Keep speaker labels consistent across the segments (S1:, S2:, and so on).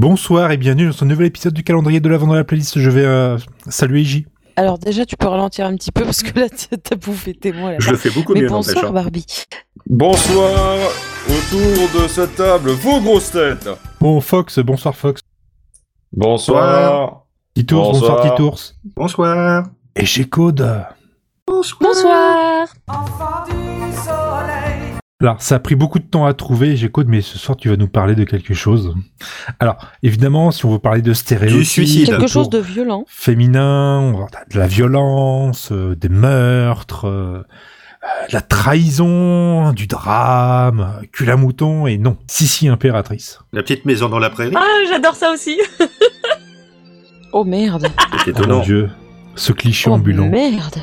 S1: Bonsoir et bienvenue dans ce nouvel épisode du calendrier de l'avant dans la playlist. Je vais euh, saluer J.
S2: Alors déjà, tu peux ralentir un petit peu parce que là, t'as bouffé tes mots. Là
S3: Je le fais beaucoup
S2: Mais
S3: mieux
S2: bonsoir
S3: n'empêche, hein.
S4: bah-
S2: Barbie.
S5: Bonsoir autour de cette table, vos grosses têtes.
S1: Bon, Fox, bonsoir Fox.
S5: Bonsoir.
S1: Titours, bonsoir,
S5: Bonsoir.
S1: Titours.
S3: Bonsoir.
S1: Et j'ai Code.
S2: Bonsoir.
S1: Alors, ça a pris beaucoup de temps à trouver, j'ai Code, mais ce soir, tu vas nous parler de quelque chose. Alors, évidemment, si on veut parler de stéréotypes,
S3: Du suicide.
S2: Quelque chose de violent.
S1: féminin, on va- de la violence, euh, des meurtres, euh, euh, de la trahison, hein, du drame, euh, cul à mouton et non, Sissi impératrice.
S3: La petite maison dans la prairie.
S4: Ah, j'adore ça aussi.
S2: Oh merde.
S3: C'est
S1: Oh
S5: Ah,
S1: mon
S3: étonnant.
S1: dieu, ce cliché
S2: Oh
S1: ambulant.
S2: merde.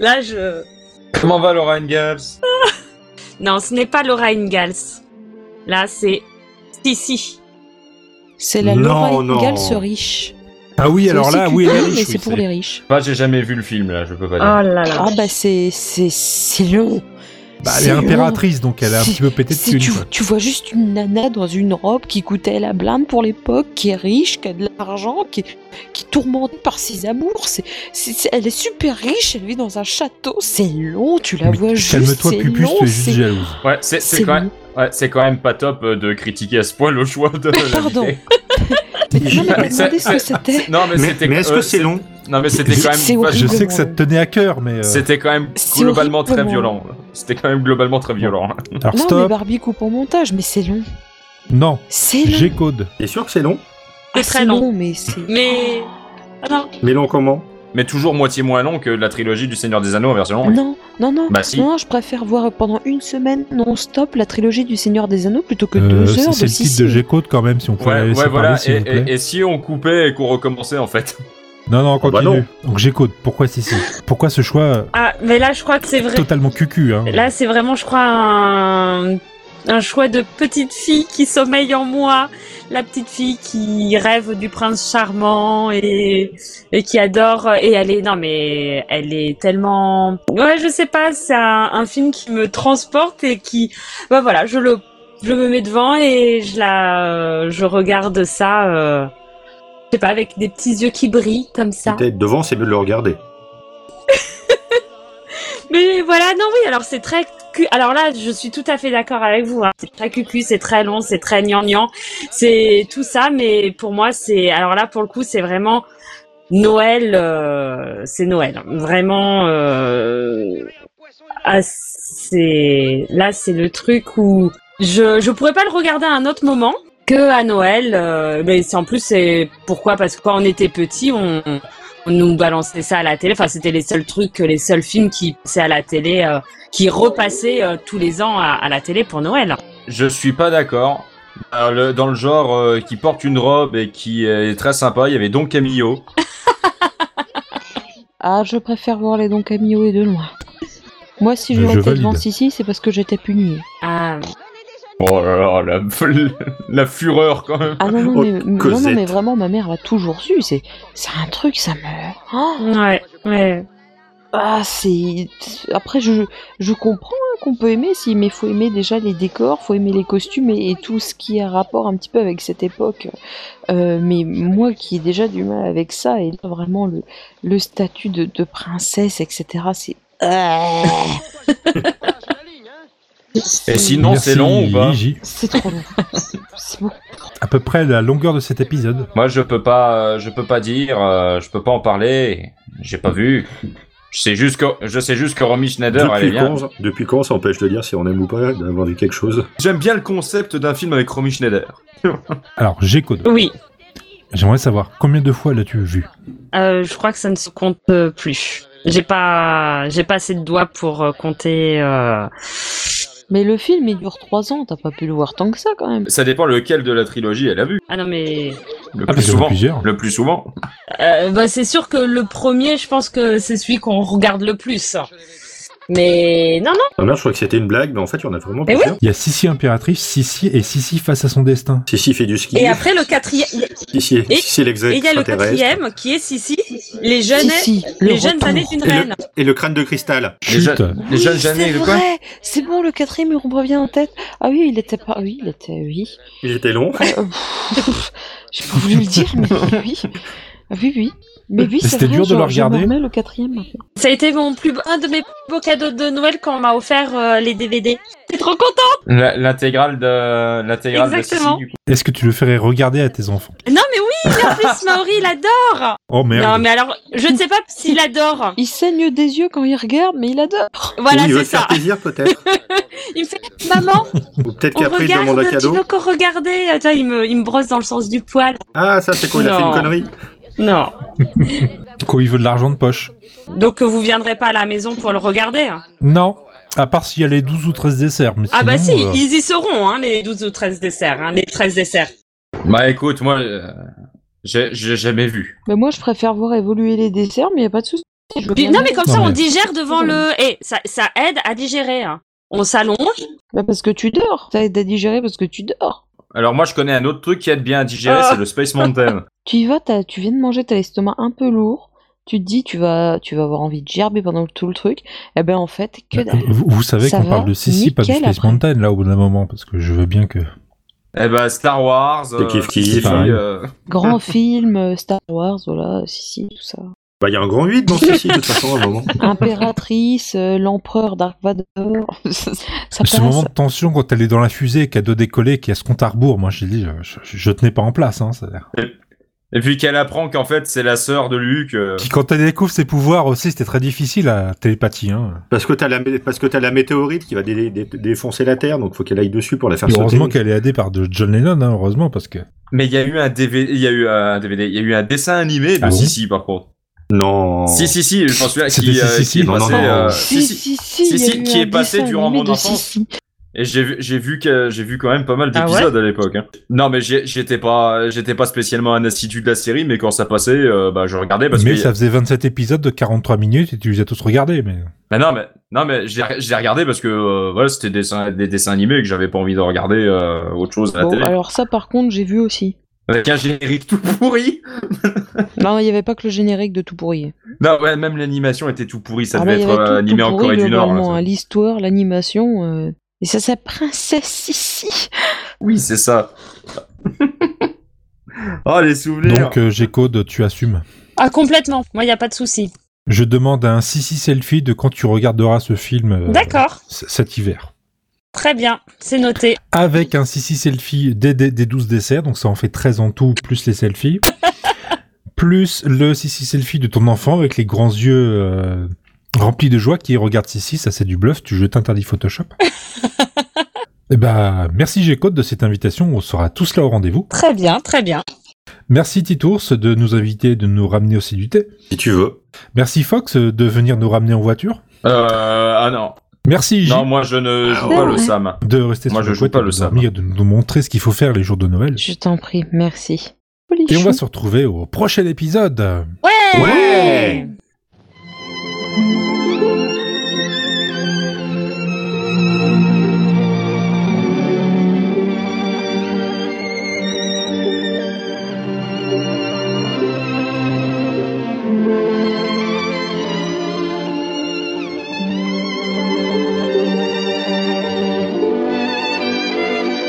S4: Là, je.
S5: Comment va Lorraine Gabs
S4: Non, ce n'est pas Laura Ingalls. Là, c'est Sissi.
S2: C'est la
S3: Non,
S2: Laura
S3: non.
S2: Ingalls riche.
S1: Ah oui,
S2: C'est
S1: alors
S2: aussi
S1: là,
S2: cucu,
S1: oui, elle est
S2: mais
S1: riche,
S2: c'est
S1: oui,
S2: pour
S1: c'est-
S2: les riches.
S5: Bah, j'ai jamais vu le film là, je peux pas dire.
S4: Oh là
S2: Ah bah c'est c'est c'est long.
S1: Bah, elle
S2: C'est
S1: est
S2: long.
S1: impératrice, donc elle a un
S2: C'est-
S1: petit peu pété de
S2: Si
S1: thunes.
S2: tu,
S1: quoi.
S2: tu vois juste une nana dans une robe qui coûtait la blinde pour l'époque, qui est riche, qui a de l'argent, qui, est- qui est tourmentée par ses amours. c'est- c'est- c'est- elle est super riche, elle vit dans un château. C'est long, tu la
S1: Mais
S2: vois juste.
S1: Calme-toi,
S2: c'est
S1: Pupus,
S2: long,
S1: tu es juste
S2: c'est-
S1: jalouse.
S5: Ouais, c'est, c'est
S2: Oh, c'est
S5: quand
S2: long.
S5: même, ouais, c'est quand même pas top euh, de critiquer à ce point le choix de.
S2: Pardon.
S5: l'invité.
S2: Mais tu m'as
S5: C'est-
S2: demandé ce que c'était.
S5: Non, mais,
S3: Mais,
S5: c'était.
S3: mais est-ce
S5: euh,
S3: que c'est long
S5: Non, mais c'était quand même.
S2: C'est
S5: vach-
S1: Je
S2: horrible.
S1: sais que ça te tenait à cœur, mais. euh,
S5: C'était quand même
S2: C'est
S5: globalement très
S2: horrible.
S5: violent. C'était quand même globalement très violent.
S1: Alors
S2: Non, mais bah,
S1: stop,
S2: Barbie coupe en montage, mais c'est long.
S1: non,
S2: C'est long.
S1: j'ai code.
S3: T'es sûr que c'est long
S2: Ah,
S4: C'est
S2: C'est
S4: très long.
S2: long, mais c'est.
S4: Mais. Ah non.
S3: Mais long comment
S5: Mais toujours moitié moins long que la trilogie du Seigneur des Anneaux en version longue.
S2: Non, non, non.
S5: Bah, si.
S2: Non, je préfère voir pendant une semaine non-stop la trilogie du Seigneur des Anneaux plutôt que
S1: Euh,
S2: deux
S1: c'est
S2: heures
S1: c'est
S2: de
S1: le titre de
S2: Sissi.
S1: j'ai code quand même, si on pouvait la
S5: Ouais,
S1: laisser
S5: ouais, voilà.
S1: parler, s'il
S5: et,
S1: vous plaît.
S5: et- et si on coupait et qu'on recommençait en fait
S1: Non, non,
S5: Ah
S3: bah
S1: continue.
S3: non.
S1: Donc j'ai code, pourquoi Sissi Pourquoi ce choix euh,
S4: Ah, mais là, je crois que c'est vrai.
S1: totalement cucu hein
S4: Là, c'est vraiment, je crois, un... un choix de petite fille qui sommeille en moi. La petite fille qui rêve du prince charmant et, et qui adore. Et elle est, non, mais elle est tellement. Ouais, je sais pas, c'est un... un film qui me transporte et qui. Bah voilà, je le. Je me mets devant et je la, je regarde ça, euh, je sais pas, avec des petits yeux qui brillent comme ça.
S3: Peut-être devant, c'est mieux de le regarder.
S4: Mais voilà, non, oui, alors c'est très. cu- Alors là, je suis tout à fait d'accord avec vous. hein. C'est très cucu, c'est très long, c'est très gnangnan. C'est tout ça, mais pour moi, c'est. Alors là, pour le coup, c'est vraiment Noël. euh, C'est Noël. Vraiment. Euh... ah, c'est- Là, c'est le truc où. Je, je pourrais pas le regarder à un autre moment que à Noël. euh, Mais c'est- en plus, c'est. Pourquoi Parce que quand on était petit, on on nous balançait ça à la télé. Enfin, c'était les seuls trucs, les seuls films qui passaient à la télé, euh, qui repassaient euh, tous les ans à, à la télé pour Noël.
S5: Je suis pas d'accord. Dans le, dans le genre euh, qui porte une robe et qui euh, est très sympa, il y avait Don Camillo.
S2: Ah, je préfère voir les Don Camillo et de loin. Moi, si je
S1: Je
S2: restais
S1: valide.
S2: devant Sissi, c'est parce que j'étais punie.
S4: Ah,
S5: Oh là là, la, la fureur quand même.
S2: Ah non, non,
S3: Oh,
S2: mais, mais- non, non,
S3: Cosette.
S2: mais vraiment, ma mère l'a toujours su. C'est c'est un truc, ça me. Oh,
S4: ouais, ouais.
S2: ah, c'est. Après, je, je comprends hein, qu'on peut aimer, si, mais faut aimer déjà les décors, faut aimer les costumes et, et tout ce qui a rapport un petit peu avec cette époque. Euh, mais moi qui ai déjà du mal avec ça, et là, vraiment le, le statut de, de princesse, etc., c'est. Ah,
S5: Et sinon,
S1: Merci,
S5: c'est long ou pas
S1: Iji.
S2: c'est trop long. c'est bon.
S1: À peu près la longueur de cet épisode.
S5: Moi, je peux pas, euh, je peux pas dire, euh, je peux pas en parler. J'ai pas vu. Je sais juste que, je sais juste que Romy Schneider, elle
S3: depuis,
S5: est bien.
S3: quand, depuis quand ça empêche de dire si on aime ou pas d'avoir vu quelque chose
S5: J'aime bien le concept d'un film avec Romy Schneider.
S1: Alors j'ai code.
S4: Oui,
S1: J'aimerais savoir combien de fois l'as-tu vu
S4: euh, je crois que ça ne se compte euh, plus. J'ai pas, j'ai pas assez de doigts pour euh, compter. euh,
S2: Mais le film, il dure 3 ans, t'as pas pu le voir tant que ça quand même.
S5: Ça dépend lequel de la trilogie elle a vu.
S4: Ah non mais,
S5: Le
S1: Ah,
S5: plus
S1: parce qu'il y en a
S5: souvent.
S1: plusieurs.
S5: Le plus souvent.
S4: euh, bah, c'est sûr que le premier, je pense que c'est celui qu'on regarde le plus. Mais non, non,
S3: Ah merde, je crois que c'était une blague, mais en fait, il y en a vraiment
S4: Mais
S3: plusieurs.
S1: Il y a Sissi impératrice, Sissi et Sissi face à son destin.
S3: Sissi fait du ski.
S4: et après le quatrième,
S3: Sissi,
S4: Et-
S3: Sissi
S4: et il y a le
S3: l'extraterrestre.
S4: quatrième qui est Sissi, les jeunes,
S2: Sissi, le
S4: les jeunes
S2: retour.
S4: années d'une
S3: Et le-
S4: reine.
S3: Et le crâne de cristal.
S5: Les,
S1: Chut.
S5: jeunes- les
S2: Oui,
S5: jeunes années,
S2: c'est
S5: le quoi
S2: vrai. C'est bon, le quatrième, il me revient en tête. Ah oui, il était pas. Oui, il était. Oui.
S3: Il était long.
S2: Ah, euh, pff, J'ai pas voulu le dire, mais oui. Ah Oui, oui. Mais oui,
S1: Mais
S2: c'est
S1: c'était
S2: vrai,
S1: dur de
S2: je-
S1: le
S2: je
S1: regarder.
S2: me remets le quatrième.
S4: Ça a été mon plus un de mes beaux cadeaux de Noël quand on m'a offert euh, les DVD. J'étais trop contente.
S5: La- L'intégrale de. L'intégrale de
S4: Exactement.
S5: Sissi, du coup.
S1: Est-ce que tu le ferais regarder à tes enfants
S4: Non mais oui, mais en plus Maori il adore.
S1: Oh merde.
S4: Non mais alors, je ne sais pas s'il adore.
S2: Il saigne des yeux quand il regarde, mais il adore.
S4: Voilà,
S3: Ou il veut
S4: c'est
S3: te faire
S4: ça.
S3: plaisir, peut-être.
S4: Il me fait maman,
S3: Ou peut-être
S4: on
S3: qu'après, il te demande un
S4: regarde, tu
S3: cadeau.
S4: veux qu'on regarde Attends, il me, il me brosse dans le sens du poil.
S3: Ah, ça, c'est quoi Il a fait
S4: Non.
S3: une connerie.
S4: Non.
S1: Quoi, il veut de l'argent de poche
S4: Donc euh, vous viendrez pas à la maison pour le regarder. hein.
S1: Non. À part s'il y a les 12 ou 13 desserts. Mais
S4: Ah bah si,
S1: sinon, euh,
S4: ils y seront hein, les 12 ou 13 desserts, hein, les 13 desserts.
S5: Bah écoute, moi, euh, j'ai j'ai jamais vu.
S2: Mais moi, je préfère voir évoluer les desserts, mais il n'y a pas de souci. Je veux
S4: Puis-
S2: bien
S4: non
S2: dire.
S4: mais comme ça
S1: Non,
S4: on
S1: mais-
S4: digère devant le et ça ça aide à digérer. hein. On s'allonge.
S2: Bah, parce que tu dors. T'as aide à digérer parce que tu dors.
S5: Alors moi, je connais un autre truc qui aide bien à digérer,
S4: Ah.
S5: c'est le Space Mountain.
S2: Tu y vas, t'as- tu viens de manger, t'as l'estomac un peu lourd. Tu te dis, tu vas, tu vas avoir envie de gerber pendant tout le truc. Eh ben, en fait, que dalle.
S1: euh, Vous, vous savez
S2: Ça
S1: qu'on
S2: va,
S1: parle de Sissi, pas de
S2: nickel,
S1: Space
S2: après.
S1: Mountain, là, au bout d'un moment, parce que je veux bien que.
S5: Eh ben, Star Wars.
S3: C'est kiff kiff,
S5: Sissi,
S1: hein.
S5: euh,
S2: Grand film, euh, Star Wars, voilà, si, si, tout ça.
S3: Bah, il y a un grand 8 dans Sissi, de toute façon, à un moment.
S2: Impératrice, euh, l'empereur Dark Vador. ça passe.
S1: Ce moment de tension quand elle est dans la fusée, qu'elle doit décoller, qu'il y a ce compte à rebours, moi, j'ai dit, je, je, je tenais pas en place, hein, ça a l'air.
S5: Et puis qu'elle apprend qu'en fait, c'est la sœur de Luke. euh,
S1: Qui, quand elle découvre ses pouvoirs aussi, c'était très difficile à télépathie, hein.
S3: Parce que t'as la, mé- parce que t'as la météorite qui va dé- dé- dé- défoncer la Terre, donc faut qu'elle aille dessus pour la faire
S1: Et
S3: sauter.
S1: heureusement qu'elle est aidée par de John Lennon, hein, heureusement, parce que.
S5: Mais il y a eu un DVD, il y a eu un DVD, il y a eu un dessin animé de
S1: Ah bon
S5: Sissi par contre.
S3: Non.
S5: Si si si, je pense celui-là
S1: C'était
S5: qui, euh,
S1: Sissi,
S5: qui est
S3: non,
S5: passé.
S3: non, non.
S5: euh,
S2: Oh, Si,
S5: Sissi.
S2: si, si, il y a
S5: si,
S2: eu
S5: qui
S2: un
S5: est passé
S2: dessin
S5: durant
S2: animé
S5: mon
S2: de
S5: enfance.
S2: Sissi.
S5: Et j'ai vu, j'ai vu que j'ai vu quand même pas mal
S4: Ah ouais
S5: d'épisodes à l'époque. hein. Non, mais j'ai- j'étais pas, j'étais pas spécialement un assidu de la série, mais quand ça passait, euh, bah je regardais parce
S1: mais
S5: que.
S1: ça faisait 27 épisodes de 43 minutes et tu les as tous regardés, mais.
S5: Bah non, mais non, mais j'ai j'ai regardé parce que euh, voilà, c'était des dessins, des dessins animés et que j'avais pas envie de regarder euh, autre chose à la
S2: Bon,
S5: télé.
S2: alors ça, par contre, j'ai vu aussi.
S5: Avec un générique tout pourri.
S2: Non, il n'y avait pas que le générique de Tout pourri.
S5: Non, ouais, même l'animation était tout pourri. Ça
S2: Ah bah,
S5: devait
S2: il y
S5: être
S2: avait
S5: euh,
S2: tout-
S5: animé
S2: tout
S5: en
S2: pourri,
S5: Corée du Nord. là,
S2: globalement,
S5: ça.
S2: hein, L'histoire, l'animation. euh, Et ça, c'est Princesse Sissi.
S5: Oui, c'est ça. oh les souvenirs.
S1: Donc, euh, G-Code, tu assumes.
S4: Ah complètement. Moi il y a pas de souci.
S1: Je demande un Sissi selfie de quand tu regarderas ce film. euh,
S4: D'accord.
S1: c- Cet hiver.
S4: Très bien. C'est noté.
S1: avec un 6 selfie des, des, des 12 desserts, donc ça en fait 13 en tout, plus les selfies. plus le 6 selfie de ton enfant avec les grands yeux euh, remplis de joie qui regarde Sissi, ça c'est du bluff, tu je t'interdis Photoshop. Eh bah, merci G-Code de cette invitation, on sera tous là au rendez-vous.
S4: Très bien. Très bien.
S1: Merci Titours de nous inviter, de nous ramener aussi du thé.
S3: Si tu veux.
S1: Merci Fox euh, de venir nous ramener en voiture.
S5: Euh, ah non.
S1: Merci J
S5: Non, moi je ne joue
S2: ouais.
S5: pas le Sam.
S1: de rester
S5: moi,
S1: sur
S5: je
S1: le
S5: joue
S1: couette
S5: pas
S1: et de
S5: le
S1: nous
S5: sabre.
S1: dormir, de nous montrer ce qu'il faut faire les jours de
S5: Mm.
S1: Noël.
S2: Je t'en prie, merci. Joli
S1: Et on va
S2: chou.
S1: se retrouver au prochain épisode.
S4: Ouais.
S3: Ouais.
S6: Thank you.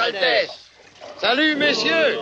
S6: Altesse. Salut, messieurs.